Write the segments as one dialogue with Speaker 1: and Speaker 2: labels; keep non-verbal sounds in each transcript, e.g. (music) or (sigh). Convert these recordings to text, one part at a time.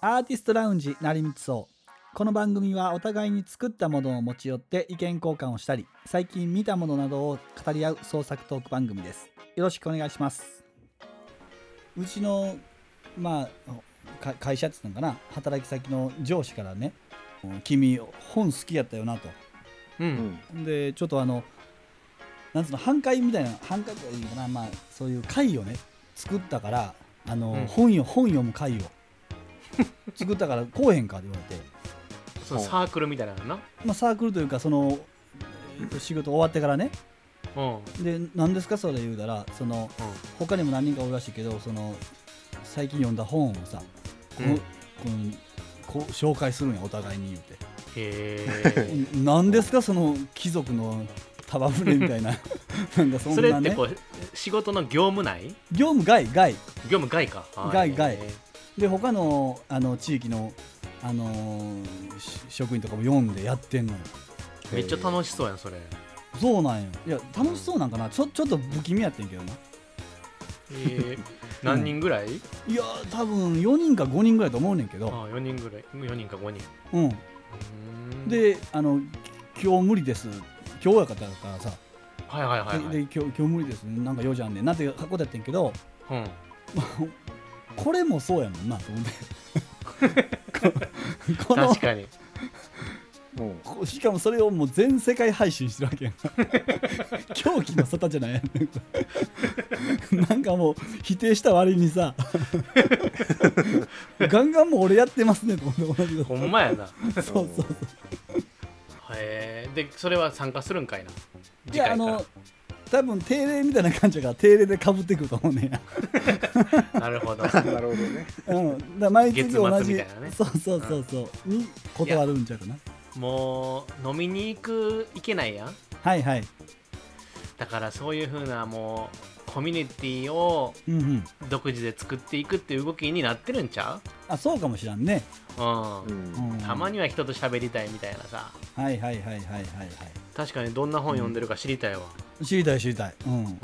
Speaker 1: アーティストラウンジ成光荘この番組はお互いに作ったものを持ち寄って意見交換をしたり最近見たものなどを語り合う創作トーク番組ですよろしくお願いしますうちのまあか会社っていうのかな働き先の上司からね「君本好きやったよな」と
Speaker 2: う
Speaker 3: うんん
Speaker 1: でちょっとあのなんつうの半壊みたいな半壊というかなまあそういう会をね作ったからあの、
Speaker 2: うん
Speaker 1: 本よ本読む会を作ったからこうへんかって言われて、
Speaker 2: そのサークルみたいなのな
Speaker 1: まあ、サークルというかその、えーと仕事終わってからね
Speaker 2: うんうん
Speaker 1: で何ですかそれ言うたらその他にも何人かおるらしいけどその最近読んだ本をさこの、
Speaker 2: うん
Speaker 1: このこう紹介するんやお互いに言うて。
Speaker 2: へえ
Speaker 1: 何ですかその貴族の束船みた
Speaker 2: (laughs)
Speaker 1: いななん (laughs) かそんな、ね、
Speaker 2: それってこう仕事の業務内
Speaker 1: 業務外外
Speaker 2: 業務外かあー
Speaker 1: 外外
Speaker 2: へ
Speaker 1: で他のあの地域の、あのーし職員とかも読んでやってんのよ
Speaker 2: ーめっちゃ楽しそうや
Speaker 1: (laughs)
Speaker 2: んそれへ
Speaker 1: そうなんよいや楽しそうなんかなちょちょっと不気味やってんけどな
Speaker 2: え何人ぐらい
Speaker 1: いやー多分4人か5人ぐらいと思うねんけ
Speaker 2: あ
Speaker 1: ど、
Speaker 2: ー4人ぐらい4人か5人
Speaker 1: うん、
Speaker 2: うーん
Speaker 1: であの「今日無理です」今日やからからさ、
Speaker 2: はいはいはいはい
Speaker 1: で今日今日無理ですなんか用事あんねんなって格好だってんけど
Speaker 2: うん
Speaker 1: これもそうやもんなと思って
Speaker 2: (laughs)
Speaker 1: こ (laughs) この
Speaker 2: 確かに
Speaker 3: うん
Speaker 1: こしかもそれをもう全世界配信してるわけ
Speaker 2: (laughs)
Speaker 1: やん狂気の沙汰じゃないなんかなんかもう否定した割にさガンガンもう俺やってますねと思って同じこ
Speaker 2: ほんまやなへ
Speaker 1: とそうそう
Speaker 2: えでそれは参加するんかいな
Speaker 1: で
Speaker 2: 次回
Speaker 1: あ
Speaker 2: か
Speaker 1: の多分定例みたいな感じやから定例でかぶってくると思うねんや、
Speaker 2: らなるほど
Speaker 3: なるほどね
Speaker 1: うん、だから毎月同
Speaker 2: 月末
Speaker 1: じ、
Speaker 2: みたいなね
Speaker 1: そうそうそうそうに断るんちゃうかな
Speaker 2: もう飲みに行く行けないやん
Speaker 1: はいはい
Speaker 2: だからそういうふうなもうコミュニティを
Speaker 1: うんうん
Speaker 2: 独自で作っていくっていう動きになってるんちゃ
Speaker 1: あそうかもしらんね、
Speaker 2: う、うん
Speaker 3: うん
Speaker 1: うん、
Speaker 2: たまには人と喋りたいみたいなさ
Speaker 1: はいはいはいはいはいは
Speaker 2: 確かにどんな本読んでるか知りたいわ、
Speaker 1: い知りたい知りたいうん
Speaker 2: うん
Speaker 3: うん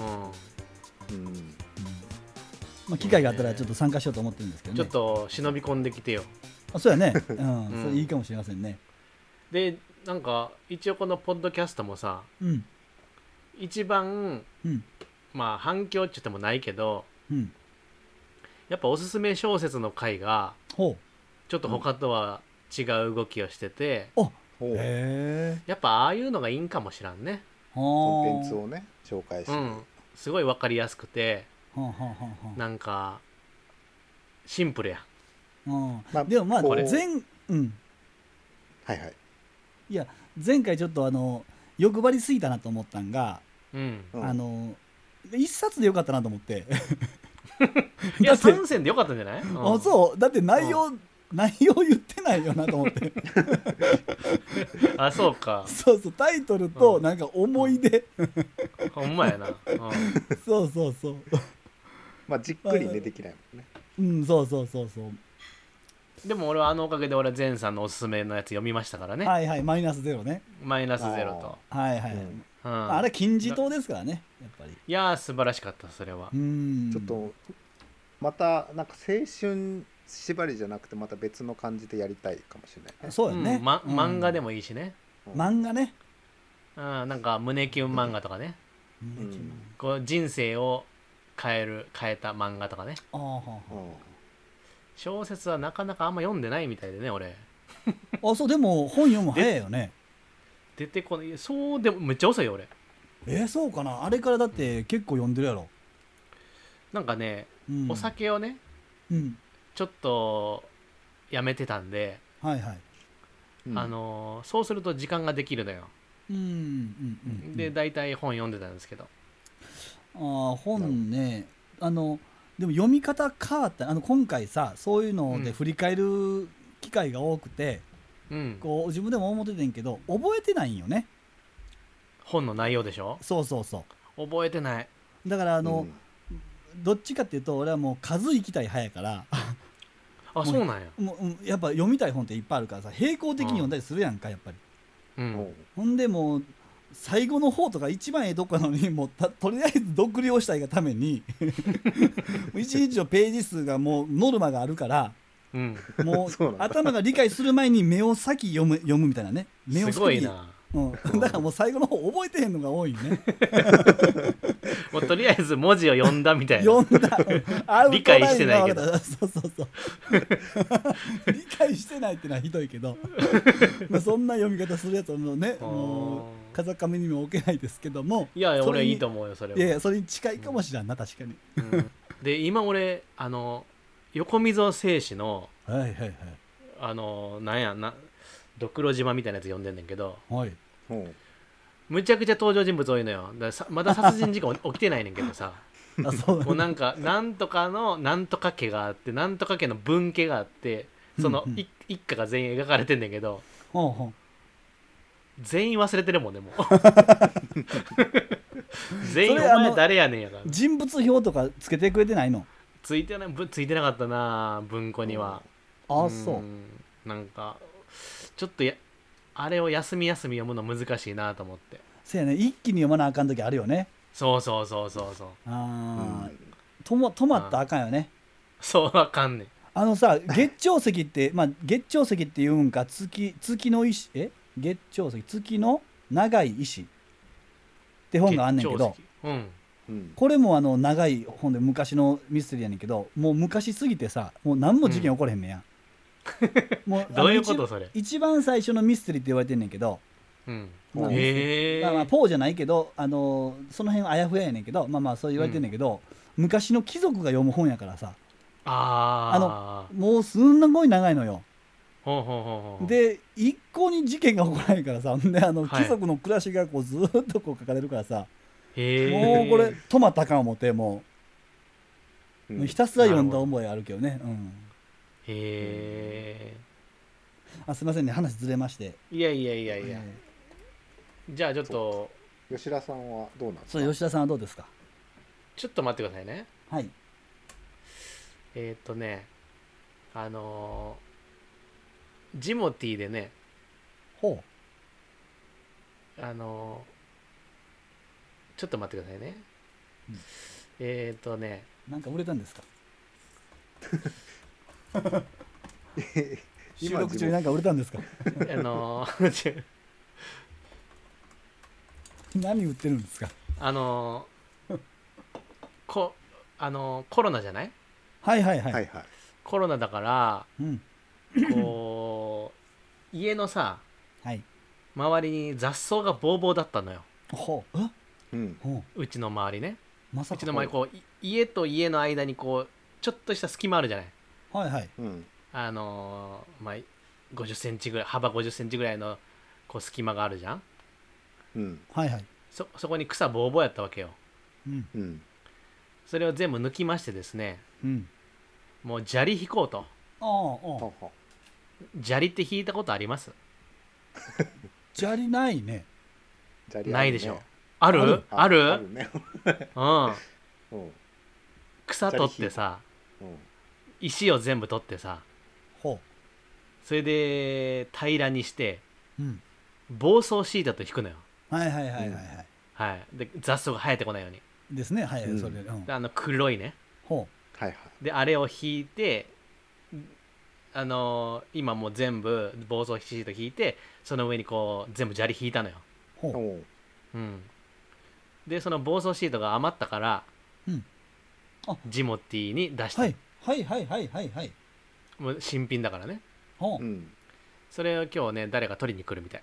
Speaker 1: まあ、機会があったらちょっと参加しようと思ってるんですけど、ね、
Speaker 2: ちょっと忍び込んできてよ
Speaker 1: あそうやね、うん
Speaker 2: うん
Speaker 1: それいいかもしれませんね、
Speaker 2: でなんか一応このポッドキャストもさ
Speaker 1: うん
Speaker 2: 一番
Speaker 1: うん
Speaker 2: まあ反響って言ってもないけど
Speaker 1: うん、
Speaker 2: やっぱおすすめ小説の回が
Speaker 1: ほ
Speaker 2: ちょっと他とは違う動きをしてて、
Speaker 3: ほ
Speaker 1: う
Speaker 3: う
Speaker 1: へえ
Speaker 2: やっぱああいうのがいいんかもしらんね
Speaker 3: コン
Speaker 1: コ
Speaker 3: テンツをね紹介
Speaker 2: う
Speaker 3: して
Speaker 2: んすごい分かりやすくて
Speaker 1: はあはあはあはあ
Speaker 2: なんかシンプルや
Speaker 1: うん
Speaker 3: まあ
Speaker 1: でもまあ
Speaker 3: こ
Speaker 1: 前
Speaker 3: れ,、
Speaker 1: うん、
Speaker 3: はいはい
Speaker 1: 前回ちょっとあの欲張りすぎたなと思ったんが、
Speaker 2: うん
Speaker 3: うん
Speaker 1: あの一冊でよかったなと思って、
Speaker 2: いや
Speaker 1: (laughs) だって
Speaker 2: 3選でよかったんじゃない、うん
Speaker 1: あそうだって内容、内容言ってないよなと思って
Speaker 2: あそうか
Speaker 1: そうそうタイトルと
Speaker 2: うん
Speaker 1: なんか思い出、
Speaker 2: ほんまやな、うん、
Speaker 1: そうそうそう
Speaker 3: まあじっくりねできないもんね
Speaker 1: うんそうそうそうそう
Speaker 2: でも俺はあのおかげで俺は前さんのおすすめのやつ読みましたからね、
Speaker 1: はいはいマイナスゼロね
Speaker 2: マイナスゼロと、
Speaker 1: はいはい、
Speaker 3: うん
Speaker 2: うん、
Speaker 1: あれ金字塔ですからねやっぱり
Speaker 2: いやー素晴らしかったそれは
Speaker 1: うん
Speaker 3: ちょっとまたなんか青春縛りじゃなくてまた別の感じでやりたいかもしれないね
Speaker 1: そうよね、
Speaker 2: うんま、漫画で
Speaker 1: も、
Speaker 2: もいいしね、
Speaker 1: 漫画ね、
Speaker 2: うん、なんか胸キュン漫画とかね、こう人生を変える変えた漫画とかね
Speaker 1: ああは
Speaker 3: う
Speaker 2: 小説はなかなかあんま読んでないみたいでね俺
Speaker 1: ああそうでも本読むの早いよね
Speaker 2: 出てこないそうでもめっちゃ遅いよ俺
Speaker 1: えー、そうかなあれからだって結構読んでるやろ、
Speaker 2: なんかね、
Speaker 1: うん、
Speaker 2: お酒をね
Speaker 1: うん
Speaker 2: ちょっとやめてたんで、
Speaker 1: はいはい
Speaker 3: ん
Speaker 2: あのーそうすると時間ができるのよ、
Speaker 1: うんうんうんうん
Speaker 2: で大体本読んでたんですけど
Speaker 1: あー本ねあのでも読み方変わったあの今回さそういうので振り返る機会が多くて、
Speaker 2: うん
Speaker 1: こう自分でも思っててんけど覚えてないんよね
Speaker 2: 本の内容でしょ
Speaker 1: そうそうそ
Speaker 2: 覚えてないう
Speaker 1: だからあの、
Speaker 3: うん
Speaker 1: どっちかっていうと俺はもう数行きたい派やから
Speaker 2: あそうなんや
Speaker 1: もううんやっぱ読みたい本っていっぱいあるからさ並行的に読んだりするやんかやっぱり
Speaker 2: うん
Speaker 1: ほんでもう最後の方とか一番ええとこなのにもうたとりあえず読了したいがためにもう一日のページ数がもうノルマがあるから
Speaker 2: うん、
Speaker 1: も
Speaker 3: そう
Speaker 1: う
Speaker 3: なんだ
Speaker 1: 頭が理解する前に目を先読む読むみたいなね目を
Speaker 2: す
Speaker 1: 先
Speaker 2: ごい
Speaker 1: に
Speaker 2: な。
Speaker 1: うん、だからもう最後の方覚えてへんのが多いね
Speaker 2: もうとりあえず文字を読んだみたい
Speaker 1: (laughs)
Speaker 2: な。
Speaker 1: 読ん
Speaker 2: (laughs)
Speaker 1: だアウトラインは
Speaker 2: 理解してないけど
Speaker 1: 分かったそうそう
Speaker 2: (laughs)
Speaker 1: そう理解してないってのはひどいけ
Speaker 2: (laughs)
Speaker 1: どまあそんな読み方するやつはもうね
Speaker 2: あー
Speaker 1: もう風上にも置けないですけども
Speaker 2: いやいや、
Speaker 1: それ
Speaker 2: 俺
Speaker 1: に
Speaker 2: いいと思うよ、それ
Speaker 1: いやい
Speaker 2: は。
Speaker 1: やそれに近いかもしれんな確かに
Speaker 2: うんで、今俺、あの、横溝静止の、
Speaker 1: はいはいはい
Speaker 2: あの、なんや、な、ドクロ島みたいなやつ読んでんねんけど、
Speaker 1: はい
Speaker 3: うん
Speaker 2: むちゃくちゃ登場人物多いのよ。だからさまだ殺人事件起きてないねんけどさ、
Speaker 1: あそう
Speaker 2: (laughs) もうなんか、なんとかの、なんとか家があって、なんとか家の分家があって、その
Speaker 1: うんうん
Speaker 2: い一家が全員描かれてんねんけど、
Speaker 1: ほうほう
Speaker 2: 全員忘れてるもんねも
Speaker 1: (laughs)
Speaker 2: う全員
Speaker 1: そ
Speaker 2: お
Speaker 1: れあの
Speaker 2: 前誰やねんやから
Speaker 1: 人物表とかつけてくれてないの
Speaker 2: ついてなぶついてなかったな文庫には
Speaker 1: あ
Speaker 2: う
Speaker 1: あ
Speaker 2: ん
Speaker 1: そう
Speaker 2: なんかちょっとやあれを休み休み読むの難しいなと思って
Speaker 1: せやね一気に読まなあかん時あるよね
Speaker 2: そうそうそうそうそう
Speaker 1: ああ、とも止まったらあかんよね
Speaker 2: そうわかんねん
Speaker 1: あのさ月潮石って、まあ、月潮石っていうんか月月の石え月潮石月の長い石って本があんねんけど
Speaker 2: 結晶石
Speaker 3: うん
Speaker 1: これもあの長い本で昔のミステリーやねんけどもう昔すぎてさもう何も事件起これへんねんや、もう
Speaker 2: うん (laughs) どういうこと
Speaker 1: あの
Speaker 2: それ
Speaker 1: 一一番最初のミステリーって言われてんねんけど、
Speaker 2: うん
Speaker 1: まあ
Speaker 2: へえ
Speaker 1: まあ、まあポーじゃないけど、あのーその辺あやふややねんけどまあまあそう言われてんねんけど、昔の貴族が読む本やからさあ
Speaker 2: ああ
Speaker 1: もうすんごい長いのよ
Speaker 2: ほうほうほうほう
Speaker 1: で一向に事件が起こらないからさほんであの
Speaker 2: はい
Speaker 1: 貴族の暮らしがこうずーっとこう書かれるからさ、
Speaker 2: へえ
Speaker 1: もうこれ止まったらあかん思っても
Speaker 3: う
Speaker 1: う、
Speaker 3: ん
Speaker 1: ひたすら読んだ覚えあるけどねうん
Speaker 2: へえ
Speaker 1: あすいませんね話ずれまして
Speaker 2: いやいやいやいや
Speaker 1: え
Speaker 2: じゃあちょっと
Speaker 3: 吉田さんはどうなんで
Speaker 1: ー
Speaker 3: す
Speaker 1: そ
Speaker 3: か
Speaker 1: れ吉田さんはどうですか
Speaker 2: ちょっと待ってくださいね
Speaker 1: はい
Speaker 2: えーっとねあのージモティーでね
Speaker 1: ほ
Speaker 2: あのーちょっと待ってくださいね、
Speaker 1: うん
Speaker 2: えーっと
Speaker 1: (laughs)
Speaker 2: ね
Speaker 1: うなんか売れたんですか収
Speaker 3: (laughs) 今
Speaker 1: 録中になんか売れたんですか
Speaker 2: あのー (laughs) ちょ
Speaker 1: 何売ってるんですか
Speaker 2: あのーこあのーコロナじゃない
Speaker 1: はいはいはい、
Speaker 3: はいはい
Speaker 2: コロナだから
Speaker 1: うん
Speaker 2: こう家のさ
Speaker 1: はい
Speaker 2: 周りに雑草がボーボーだったのよ
Speaker 1: ほうえ
Speaker 3: うん
Speaker 1: ほう
Speaker 2: うちの周りね
Speaker 1: まさ
Speaker 2: う
Speaker 1: か
Speaker 2: ちの周りこうい家と家の間にこうちょっとした隙間あるじゃない
Speaker 1: はいはい
Speaker 3: うん
Speaker 2: あのーまあ、50センチぐらい幅50センチぐらいのこう隙間があるじゃん
Speaker 3: うん
Speaker 1: はいはい
Speaker 2: そそこに草ぼうぼうやったわけよ
Speaker 1: うん
Speaker 3: うん
Speaker 2: それを全部抜きましてですね
Speaker 1: うん
Speaker 2: もう砂利引こうと
Speaker 1: ああああ
Speaker 3: はは
Speaker 2: 砂利って引いたことあります
Speaker 1: 砂利ないね
Speaker 3: 砂利あるね
Speaker 2: ないでしょあるある
Speaker 3: ああるね (laughs)
Speaker 2: うん
Speaker 3: うん
Speaker 2: 草取ってさ
Speaker 3: うん
Speaker 2: 石を全部取ってさ
Speaker 1: ほ
Speaker 2: それで平らにして
Speaker 1: ううん
Speaker 2: 暴走シートと引くのよ
Speaker 1: はいはいはいはいはい、
Speaker 2: はいで雑草が生えてこないように
Speaker 1: ですねはい、
Speaker 3: うん
Speaker 1: それ、うん
Speaker 2: で、あの黒いね
Speaker 1: ほ
Speaker 3: はいはい
Speaker 2: であれを引いてあのー今もう全部暴走シート引いてその上にこう全部砂利引いたのよ、
Speaker 1: うほう
Speaker 3: おう
Speaker 2: うん、でその暴走シートが余ったから、
Speaker 1: うんあ
Speaker 2: ジモティーに出した、
Speaker 1: はいはいはいはいはいはい
Speaker 2: もう新品だからね
Speaker 1: ほう、
Speaker 3: うん (laughs)
Speaker 2: それを今日ね誰か取りに来
Speaker 1: (laughs)
Speaker 2: るみたい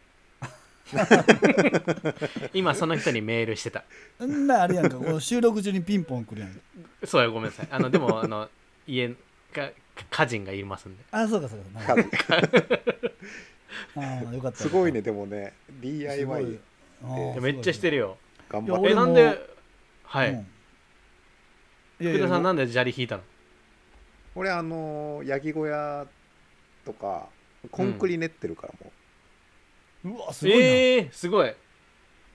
Speaker 2: 今その人にメールしてた
Speaker 1: んなあれやんかこう収録中にピンポン来るやん
Speaker 2: そうやごめんなさいあのでもあの家か家人がいますんで
Speaker 1: あそうかそうか
Speaker 3: 家事
Speaker 1: ああよかった
Speaker 3: すごいねでもね DIY
Speaker 2: いやめっちゃして
Speaker 1: る
Speaker 2: るよ
Speaker 3: 頑
Speaker 1: いや
Speaker 3: 張っ
Speaker 1: 俺
Speaker 2: え
Speaker 1: も
Speaker 2: なんではい、
Speaker 1: いやい
Speaker 2: 福田さ
Speaker 1: や
Speaker 2: んなんで砂利引いたの
Speaker 3: 俺あのーヤギ小屋とかコンクリ練ってるからも
Speaker 1: うわすごいな、
Speaker 2: ええー、すごいう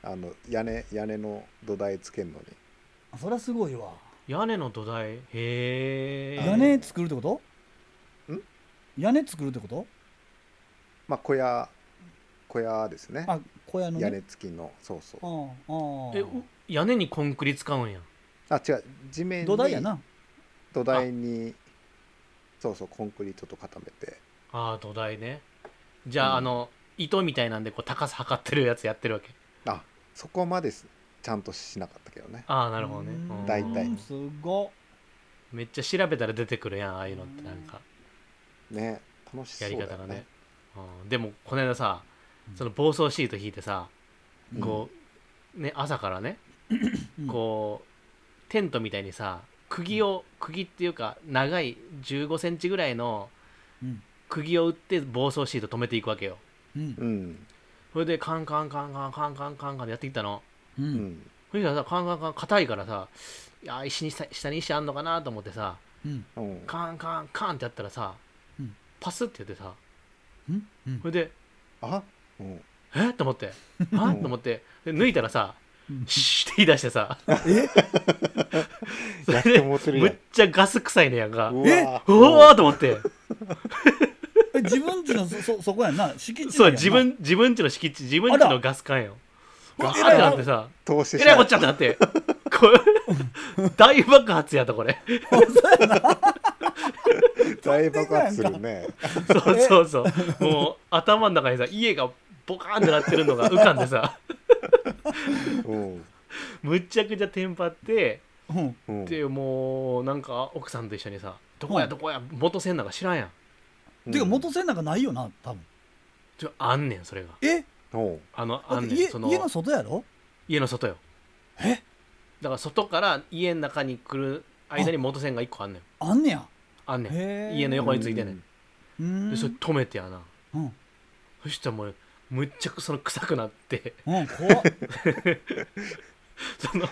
Speaker 3: あの屋根屋根の土台つけるのに
Speaker 1: そりゃすごいわ
Speaker 2: 屋根の土台へえ
Speaker 1: 屋根作るってこと
Speaker 3: ん
Speaker 1: 屋根作るってこと
Speaker 3: まあ小屋小屋ですね
Speaker 1: あ小屋の、ね、
Speaker 3: 屋根付きのそうそう
Speaker 1: ああああ
Speaker 2: えう屋根にコンクリ使うんや
Speaker 3: あ違う地面に
Speaker 1: 土台やな
Speaker 3: 土台にそうそうコンクリートと固めて
Speaker 2: ああ土台ねじゃあ、
Speaker 3: うん
Speaker 2: あの糸みたいなんでこう高さ測ってるやつやってるわけ
Speaker 3: あそこまですちゃんとしなかったけどね
Speaker 2: ああなるほどね
Speaker 1: うん
Speaker 2: うん
Speaker 3: 大体
Speaker 1: すごっ
Speaker 2: めっちゃ調べたら出てくるやんああいうのってなんか
Speaker 3: ね楽しそ
Speaker 2: や
Speaker 3: う
Speaker 2: り
Speaker 3: だよ
Speaker 2: 方がね
Speaker 3: ね
Speaker 2: うん、でもこの間さその暴走シート引いてさ、
Speaker 3: うん
Speaker 2: こうね朝からね
Speaker 1: うん
Speaker 2: こうテントみたいにさ釘を釘っていうか長い1 5センチぐらいの
Speaker 1: うん
Speaker 2: 釘を打って暴走シート止めていくわけよ
Speaker 1: うん
Speaker 3: うん
Speaker 2: それでカンカンカンカンカンカンカンカンでやってきたの
Speaker 1: う
Speaker 3: うんん
Speaker 2: そしたらさカンカンカン硬いからさいや石に下下に石あんのかなと思ってさ
Speaker 1: うん
Speaker 3: うん
Speaker 2: カンカンカンってやったらさ、
Speaker 1: うん
Speaker 2: パスって言ってさ
Speaker 1: うんうん
Speaker 2: それで
Speaker 3: あうん
Speaker 2: えっと思ってあ
Speaker 3: うん
Speaker 2: と思ってで抜いたらさ
Speaker 1: うん
Speaker 2: シュッて言い出し
Speaker 1: (laughs)
Speaker 2: てさそれ
Speaker 3: やって
Speaker 2: で
Speaker 3: もうてる
Speaker 2: む
Speaker 3: や
Speaker 2: っ
Speaker 3: ん
Speaker 2: ちゃガス臭いねやんか
Speaker 3: う
Speaker 1: え
Speaker 3: わ
Speaker 2: うわーと思って
Speaker 1: え自分家のそ (laughs) そそこやんな敷地内やんな
Speaker 2: そう自分自分家の敷地自分家
Speaker 1: あら
Speaker 2: のガス管よ
Speaker 3: う
Speaker 2: ガ
Speaker 3: わ
Speaker 2: ーってなってさ
Speaker 3: 通して
Speaker 2: え
Speaker 3: し
Speaker 2: らいこ
Speaker 3: ま
Speaker 2: っ
Speaker 3: う
Speaker 2: ちゃってなってこ
Speaker 1: (laughs)
Speaker 2: れ大爆発やったこれ
Speaker 3: 大爆発するね
Speaker 2: そうそうそうもう頭の中にさ家がボカーンってなってるのが浮かん
Speaker 1: (laughs)
Speaker 2: でさ
Speaker 3: うん
Speaker 2: むちゃくちゃテンパって
Speaker 1: うん
Speaker 3: うん
Speaker 2: でもうなんか奥さんと一緒にさ「どこ
Speaker 1: う
Speaker 2: や
Speaker 1: ん
Speaker 2: どこや元せんなんか知らんやん」
Speaker 1: ていうか元栓なんかないよな多分
Speaker 2: ちょあんねんそれが
Speaker 1: え
Speaker 3: うん
Speaker 2: あの
Speaker 1: だ
Speaker 2: あ
Speaker 1: っ
Speaker 2: ん
Speaker 1: て
Speaker 2: ね
Speaker 1: 家
Speaker 2: んその
Speaker 1: 家の外やろ
Speaker 2: 家の外よ
Speaker 1: え
Speaker 2: だから外から家の中に来る間に元栓が1個あんねん
Speaker 1: あんねや
Speaker 2: あんねん
Speaker 1: へえ
Speaker 2: 家の横についてんねん
Speaker 1: うーん
Speaker 2: でそれ止めてやな
Speaker 1: うん
Speaker 2: そしたらもうむっちゃくその臭くなって
Speaker 1: (laughs)
Speaker 2: (laughs)
Speaker 1: うん怖っ
Speaker 2: その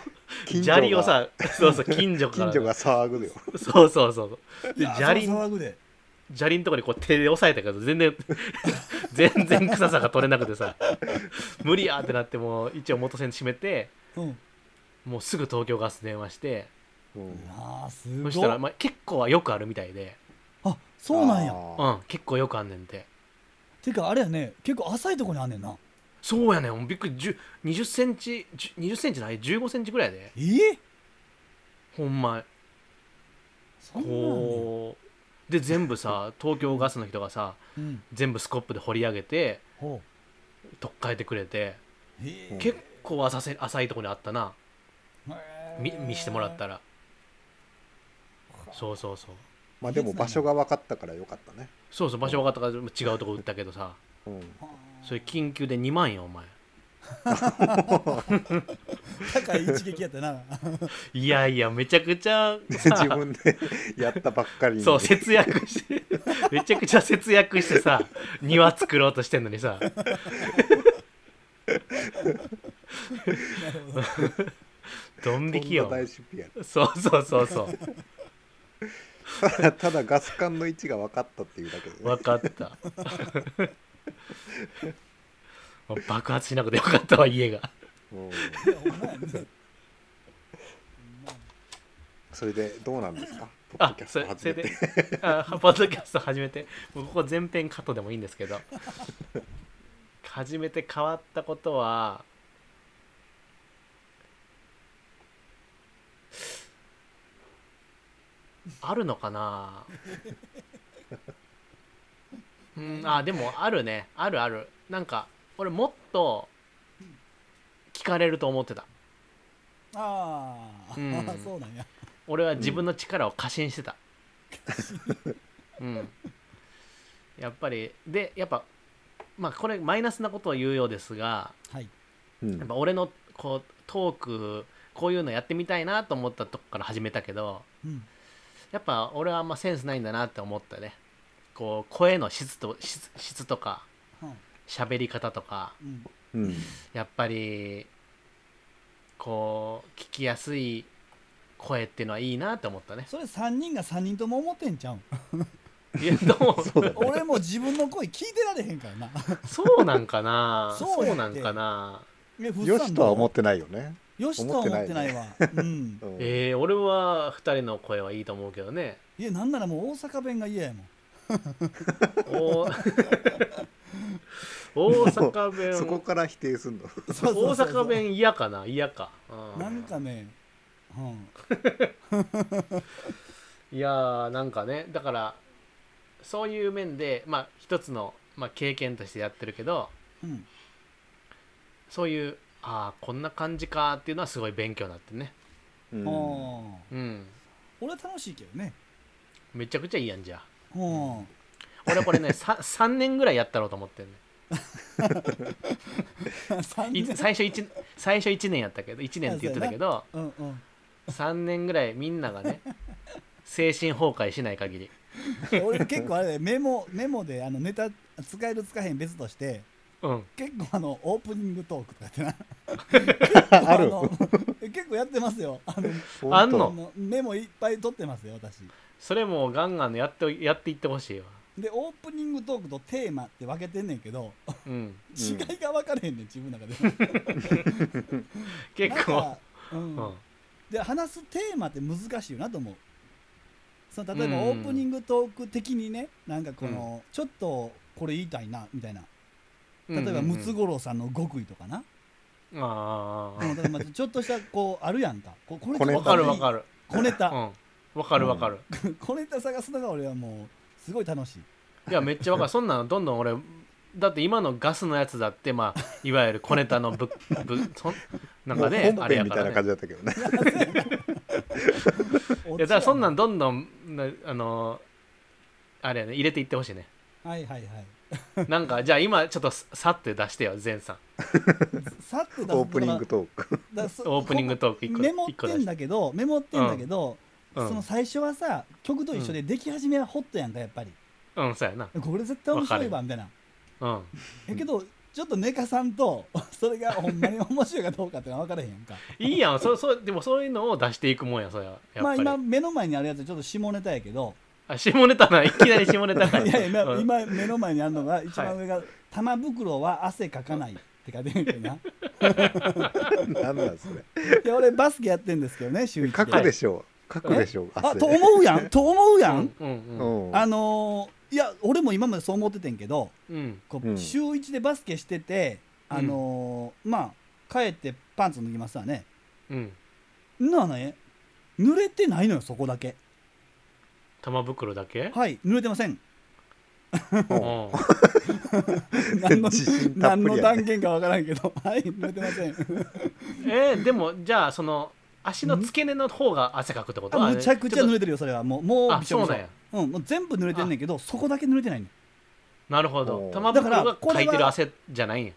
Speaker 3: 近所が
Speaker 2: 砂利をさそう
Speaker 1: (laughs)
Speaker 2: そう近所から
Speaker 3: 近所が騒ぐよ
Speaker 2: そうそうそう
Speaker 1: いや
Speaker 2: 砂利
Speaker 1: そら騒ぐで
Speaker 2: 砂利のとこにこう手で押さえたけど
Speaker 1: (laughs)
Speaker 2: 全然全然臭さが取れなくてさ無理やってなってもう一応元栓閉めて
Speaker 1: うん
Speaker 2: もうすぐ東京ガス電話して
Speaker 3: うん
Speaker 1: ああすごい
Speaker 2: そしたら、まあ、結構はよくあるみたいで
Speaker 1: あそうなんや
Speaker 2: う
Speaker 3: あー
Speaker 2: ん結構よくあんねんて
Speaker 1: てかあれやね結構浅いとこにあんねんな
Speaker 2: そうやねんもうびっくり10 20センチ10 20センチない15センチぐらいやで
Speaker 1: えー
Speaker 2: ほんま
Speaker 1: そんなんあんね
Speaker 2: こうで全部さ東京ガスの人がさ
Speaker 1: やうん
Speaker 2: 全部スコップで掘り上げて
Speaker 1: ほ
Speaker 2: 取っ替えてくれて
Speaker 1: うへえ
Speaker 2: 結構浅せ浅いとこにあったな
Speaker 1: へえ
Speaker 2: 見見してもらったらそうそうそう
Speaker 3: まあでも場所が分かったからよかったね
Speaker 2: そうそう場所分かったから違うとこ売ったけどさ
Speaker 3: うん
Speaker 1: あー
Speaker 2: それ緊急で2万円お前
Speaker 1: 高い一撃やったな (laughs)
Speaker 2: いやいやめちゃくちゃ
Speaker 3: (laughs) 自
Speaker 2: さ
Speaker 3: 分でやったばっかりに
Speaker 2: そう節約してめちゃくちゃ節約してさ庭作ろうとしてんのに
Speaker 3: (laughs)
Speaker 2: さ
Speaker 1: なるほど
Speaker 2: ドン引き
Speaker 3: と
Speaker 2: よ
Speaker 3: んだ大出費や
Speaker 2: そうそうそうそう
Speaker 3: ただただガス管の位置が分かったっていうだけで、ね、
Speaker 2: 分かった (laughs) もう爆発しなくてよかったわ家が
Speaker 3: うん
Speaker 1: いやほんまやね
Speaker 3: それでどうなんですかポッ
Speaker 2: あ
Speaker 3: ドキャス
Speaker 2: そ
Speaker 3: ト
Speaker 2: れそれ
Speaker 3: 初め
Speaker 2: で
Speaker 3: て (laughs)
Speaker 2: あポッドキャスト始めてもうここ全編カットでもいいんですけど (laughs) 初めて変わったことはあるのかなうんあでもあるねあるあるなんか俺もっと聞かれると思ってた
Speaker 1: ああ、
Speaker 2: うん
Speaker 1: (laughs) そうなんや
Speaker 2: 俺は自分の力を過信してた、うんやっぱりでやっぱまあこれマイナスなことを言うようですが
Speaker 1: はい
Speaker 3: うん
Speaker 2: やっぱ俺のこうトークこういうのやってみたいなと思ったとこから始めたけど
Speaker 1: うん
Speaker 2: やっぱ俺はあんまセンスないんだなって思ったねこう声の質と質質とか
Speaker 1: うん
Speaker 2: 喋り方とか
Speaker 1: うん
Speaker 3: うん
Speaker 2: やっぱりこう聞きやすい声っていうのはいいなって思ったね
Speaker 1: それ3人が3人とも思ってん (laughs) ちゃうん
Speaker 2: いやどう
Speaker 3: そうだね
Speaker 1: 俺も自分の声聞いてられへん (laughs) からな
Speaker 2: そうなんか
Speaker 1: (laughs)
Speaker 2: な
Speaker 1: そ
Speaker 2: そうう
Speaker 1: やって
Speaker 2: なんかな
Speaker 1: えふっさん
Speaker 3: よしとは思ってないよね、
Speaker 1: よしとは思ってないわうん
Speaker 3: うん
Speaker 2: えー、俺は2人の声はいいと思うけどね
Speaker 1: いやなんならもう大阪弁が嫌やもん
Speaker 2: お (laughs) 大阪弁
Speaker 3: そこから否定すんの
Speaker 1: そうそうそうそう
Speaker 2: 大阪弁嫌かな嫌か、うん、
Speaker 1: なんかねうん
Speaker 2: いやーなんかねだからそういう面で、まあ、一つの、まあ、経験としてやってるけど
Speaker 1: うん
Speaker 2: そういうああこんな感じかっていうのはすごい勉強になってね
Speaker 3: うん
Speaker 1: あー
Speaker 2: うん
Speaker 1: 俺は楽しいけどね
Speaker 2: めちゃくちゃいいやんじゃあ
Speaker 1: うん
Speaker 2: 俺これねさ 3, 年ぐらいやったろうと思ってんね
Speaker 1: (laughs) 3
Speaker 2: い
Speaker 1: 年
Speaker 2: 最初1最初1年やったけど1年って言ってたけど
Speaker 1: うんうん
Speaker 2: 3年ぐらいみんながね精神崩壊しない限り
Speaker 1: 俺結構あれだよメモメモであのネタ使える使えへん別として
Speaker 2: うん
Speaker 1: 結構あのオープニングトークとかってな
Speaker 3: ある
Speaker 1: の結構やってますよあのあ
Speaker 2: あんの
Speaker 1: のメモいっぱい取ってますよ私
Speaker 2: それもうガンガンやってやっていってほしいわ
Speaker 1: でオープニングトークとテーマって分けてんねんけど
Speaker 2: うん
Speaker 1: 違いが分かれへんねん自分の中で
Speaker 2: (laughs) 結
Speaker 1: なん
Speaker 2: 構
Speaker 1: かうん
Speaker 2: うん
Speaker 1: で話すテーマって難しいよなと思うその例えば
Speaker 2: うん
Speaker 1: オープニングトーク的にねなんかこの、ちょっとこれ言いたいなみたいな例えばムツ
Speaker 2: ゴ
Speaker 1: ゴロウさんの極意とかな、
Speaker 2: あ
Speaker 1: うん例えばちょっとしたこうあるやんかここれ
Speaker 3: 小
Speaker 2: あ
Speaker 3: ネ
Speaker 2: わ
Speaker 3: タ
Speaker 2: かるわか
Speaker 1: る
Speaker 2: る
Speaker 1: 小ネ
Speaker 2: う
Speaker 1: タ、
Speaker 2: んわかるわかる、
Speaker 1: 小ネタ探すのが俺はもうすごい楽しい
Speaker 2: いやめっちゃわかるそんなのどんどん俺だって今のガスのやつだってまあいわゆる小ネタのぶぶそんなん
Speaker 3: も
Speaker 2: か
Speaker 3: う
Speaker 2: ね
Speaker 3: 本
Speaker 2: あれや
Speaker 3: 編み
Speaker 2: か
Speaker 3: た
Speaker 2: ら、
Speaker 3: いな
Speaker 2: ね
Speaker 3: 感、じだったけどね。
Speaker 1: い
Speaker 2: いやだからそんなんどんどんなあのあれやね入れていってほしいね
Speaker 1: はいはいはい
Speaker 2: なんかじゃあ今ちょっとささって出してよ全さん
Speaker 1: さっと出す
Speaker 3: オープニングトーク。
Speaker 2: オープニングトーク一個
Speaker 1: メモっ
Speaker 2: 一個出
Speaker 1: てん
Speaker 2: して
Speaker 1: だけどメモってんだけど、
Speaker 2: うん
Speaker 1: その最初はさ曲と一緒で出来始めはホットやんかやっぱり
Speaker 2: うんそうやな
Speaker 1: これ絶対面白いわみたいな
Speaker 2: うん
Speaker 1: やけどちょっとネカさんと (laughs) それがほんまに面白いかどうかってのは分からへんやんか
Speaker 2: いいやんそ (laughs) そでもそういうのを出していくもんやそれはやっ
Speaker 1: まあ
Speaker 2: ぱり、
Speaker 1: 今目の前にあるやつちょっと下ネタやけど
Speaker 2: あ下ネタないいきなり下ネタない
Speaker 1: (laughs) いやいや
Speaker 2: うん
Speaker 1: 今今目の前にあるのが一番上が「玉袋は汗かかない」って書いてるけどな
Speaker 3: なんなんそれ。
Speaker 1: いや俺バスケやってんですけどね週一
Speaker 3: 書くでしょう。書くでしょう。
Speaker 1: あ
Speaker 3: 汗
Speaker 1: と思うやんと思うやん、
Speaker 2: うんうんうん
Speaker 3: うん。
Speaker 1: あのーいや俺も今までそう思っててんけど
Speaker 2: うん
Speaker 1: こ
Speaker 3: う
Speaker 1: うん週一でバスケしてて、あのーまあ帰ってパンツ脱ぎますわね
Speaker 2: うん
Speaker 1: なあね濡れてないのよそこだけ
Speaker 2: 玉袋だけ
Speaker 1: はい濡れてません
Speaker 2: うん
Speaker 1: 何の
Speaker 3: (laughs) 自信たっ
Speaker 1: 何
Speaker 3: ぷ
Speaker 1: の
Speaker 3: りや
Speaker 1: 断
Speaker 3: ね。
Speaker 1: 言かわからんけど (laughs) はい濡れてません
Speaker 2: えーでもじゃあその足の付け根の方が汗かくってこと
Speaker 1: あむちゃくちゃ濡
Speaker 2: れ
Speaker 1: れてるよそれはもうもう
Speaker 2: あ
Speaker 1: びしょびしょ
Speaker 2: そうなんや
Speaker 1: うん、もう全部濡れてんねんけどそこだけ濡れてないの
Speaker 2: なるほど
Speaker 3: おー
Speaker 2: 玉袋
Speaker 1: だ
Speaker 2: が
Speaker 1: から
Speaker 2: かい
Speaker 1: こ
Speaker 2: て
Speaker 1: れ
Speaker 2: る
Speaker 1: は
Speaker 2: 汗じゃないんや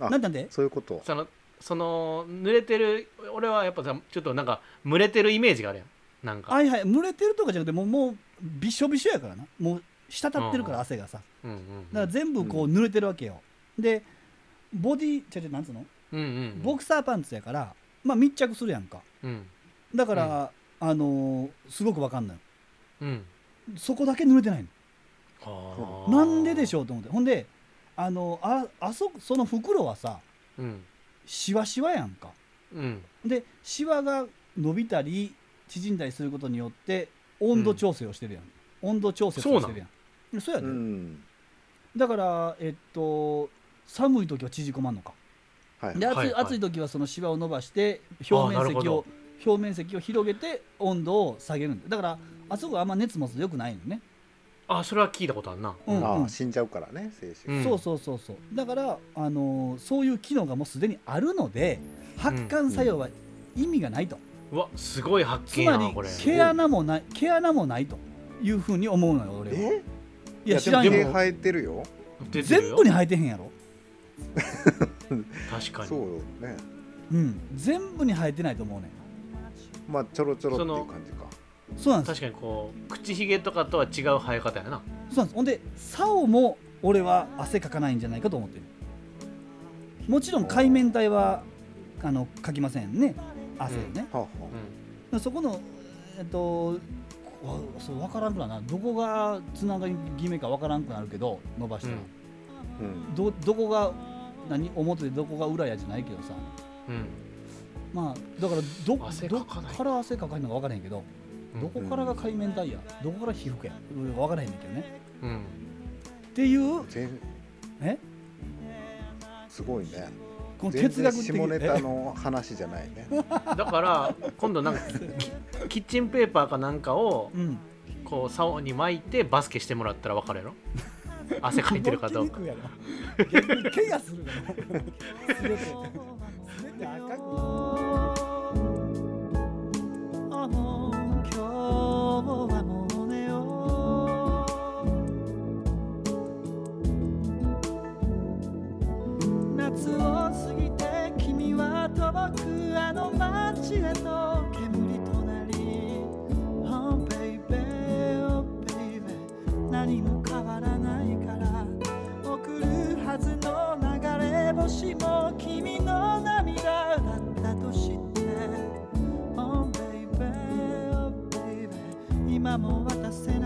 Speaker 3: あ
Speaker 1: なんなんで
Speaker 3: そういうこと。
Speaker 2: そのその濡れてる俺はやっぱさちょっとなんか蒸れてるイメージがあるやんなんか、
Speaker 1: はいはい濡れてるとかじゃなくてもうもうびしょびしょやからなもう滴ってるか
Speaker 2: う
Speaker 1: ら
Speaker 2: ん
Speaker 1: 汗がさ
Speaker 2: うんうんう
Speaker 1: だから
Speaker 2: ん
Speaker 1: 全部こう濡れてるわけよ、でボディちゃちゃなんつうの
Speaker 2: うんうん
Speaker 1: ボクサーパンツやからまあ密着するやんか
Speaker 2: うん
Speaker 1: だから、あのーすごくわかんない
Speaker 2: うん
Speaker 1: そこだけ濡れてないの
Speaker 2: あー
Speaker 1: なんででしょうと思ってほんであのああそその袋はさ
Speaker 2: うん
Speaker 1: シワシワやんか
Speaker 2: うん
Speaker 1: でシワが伸びたり縮んだりすることによって温度調整をしてるやん、温度調節をしてるやんうんそうや
Speaker 3: う
Speaker 1: で、
Speaker 3: ん。
Speaker 1: だからえっと寒い時は縮こまんのか
Speaker 3: はい
Speaker 1: で。暑い,、
Speaker 2: はいはい
Speaker 1: 暑い時はそのシワを伸ばして表
Speaker 2: あー
Speaker 1: 面
Speaker 2: なるほ
Speaker 1: 積
Speaker 2: ど
Speaker 1: を表面積を広げて温度を下げるんだだからあそこはあんま熱持つとよくないのね、
Speaker 2: あそれは聞いたことあるな
Speaker 1: うん
Speaker 3: あ
Speaker 1: う
Speaker 3: ー
Speaker 1: ん
Speaker 3: 死んじゃうからね、精神。
Speaker 2: ん
Speaker 1: そうそうそうそうだから、あのーそういう機能がもうすでにあるので発汗作用は意味がないと、
Speaker 2: うわすごい発
Speaker 1: つ
Speaker 2: 見
Speaker 1: ま
Speaker 2: やなこ
Speaker 1: り
Speaker 2: れ
Speaker 1: 毛穴もない毛穴もないというふうに思うのよ俺は
Speaker 3: え？
Speaker 1: いや
Speaker 3: で
Speaker 1: 知
Speaker 3: も
Speaker 1: らん
Speaker 3: 毛
Speaker 1: よ
Speaker 3: 生えてるよ。
Speaker 2: 出てる
Speaker 1: 全
Speaker 2: よ
Speaker 1: 部に生えてへんやろ
Speaker 2: 確かに
Speaker 3: そうよね。
Speaker 1: うん全部に生えてないと思うねん
Speaker 3: まあちょろちょろっていう感じか。
Speaker 1: そうなんです
Speaker 2: 確かにこう口ひげとかとは違う生え方やな
Speaker 1: そうなんですほんで竿も俺は汗かかないんじゃないかと思ってるもちろん海綿体はあのかきませんね汗をね、
Speaker 3: はあは
Speaker 1: そこのえっとわそう分からんくなるなどこがつながり決めか分からんくなるけど伸ばし
Speaker 2: う
Speaker 1: た
Speaker 2: ん
Speaker 1: ら、
Speaker 3: あ。うん。
Speaker 1: どどこが何表でどこが裏やじゃないけどさ
Speaker 2: うん
Speaker 1: まあだからど
Speaker 2: 汗
Speaker 1: ど
Speaker 2: か
Speaker 1: っ
Speaker 2: かない
Speaker 1: から汗かかるのか分からへんけど、
Speaker 2: うん
Speaker 1: どこからが海綿体やどこから皮膚やうん分からへんねんけどね
Speaker 2: うん
Speaker 1: っていう
Speaker 3: 全
Speaker 1: え
Speaker 3: すごいね。
Speaker 1: この
Speaker 3: 全
Speaker 1: 哲
Speaker 3: 然
Speaker 1: 学的
Speaker 3: 下ネタ
Speaker 1: え
Speaker 3: の話じゃないね。
Speaker 2: だから今度なんかキキッチンペーパーかなんかを
Speaker 1: うん
Speaker 2: こう竿に巻いてバスケしてもらったら分かるやろ汗かいてるかどうか
Speaker 4: 動きにくいやろ逆に怪我するから滑って滑って赤く
Speaker 1: あもう今日もはもう寝よう夏を過ぎて君は遠くあの街へと煙となり Oh baby oh baby 何も変わらないから送るはずの流れ星も君の涙だったと知って「Oh baby, oh baby」今も渡せない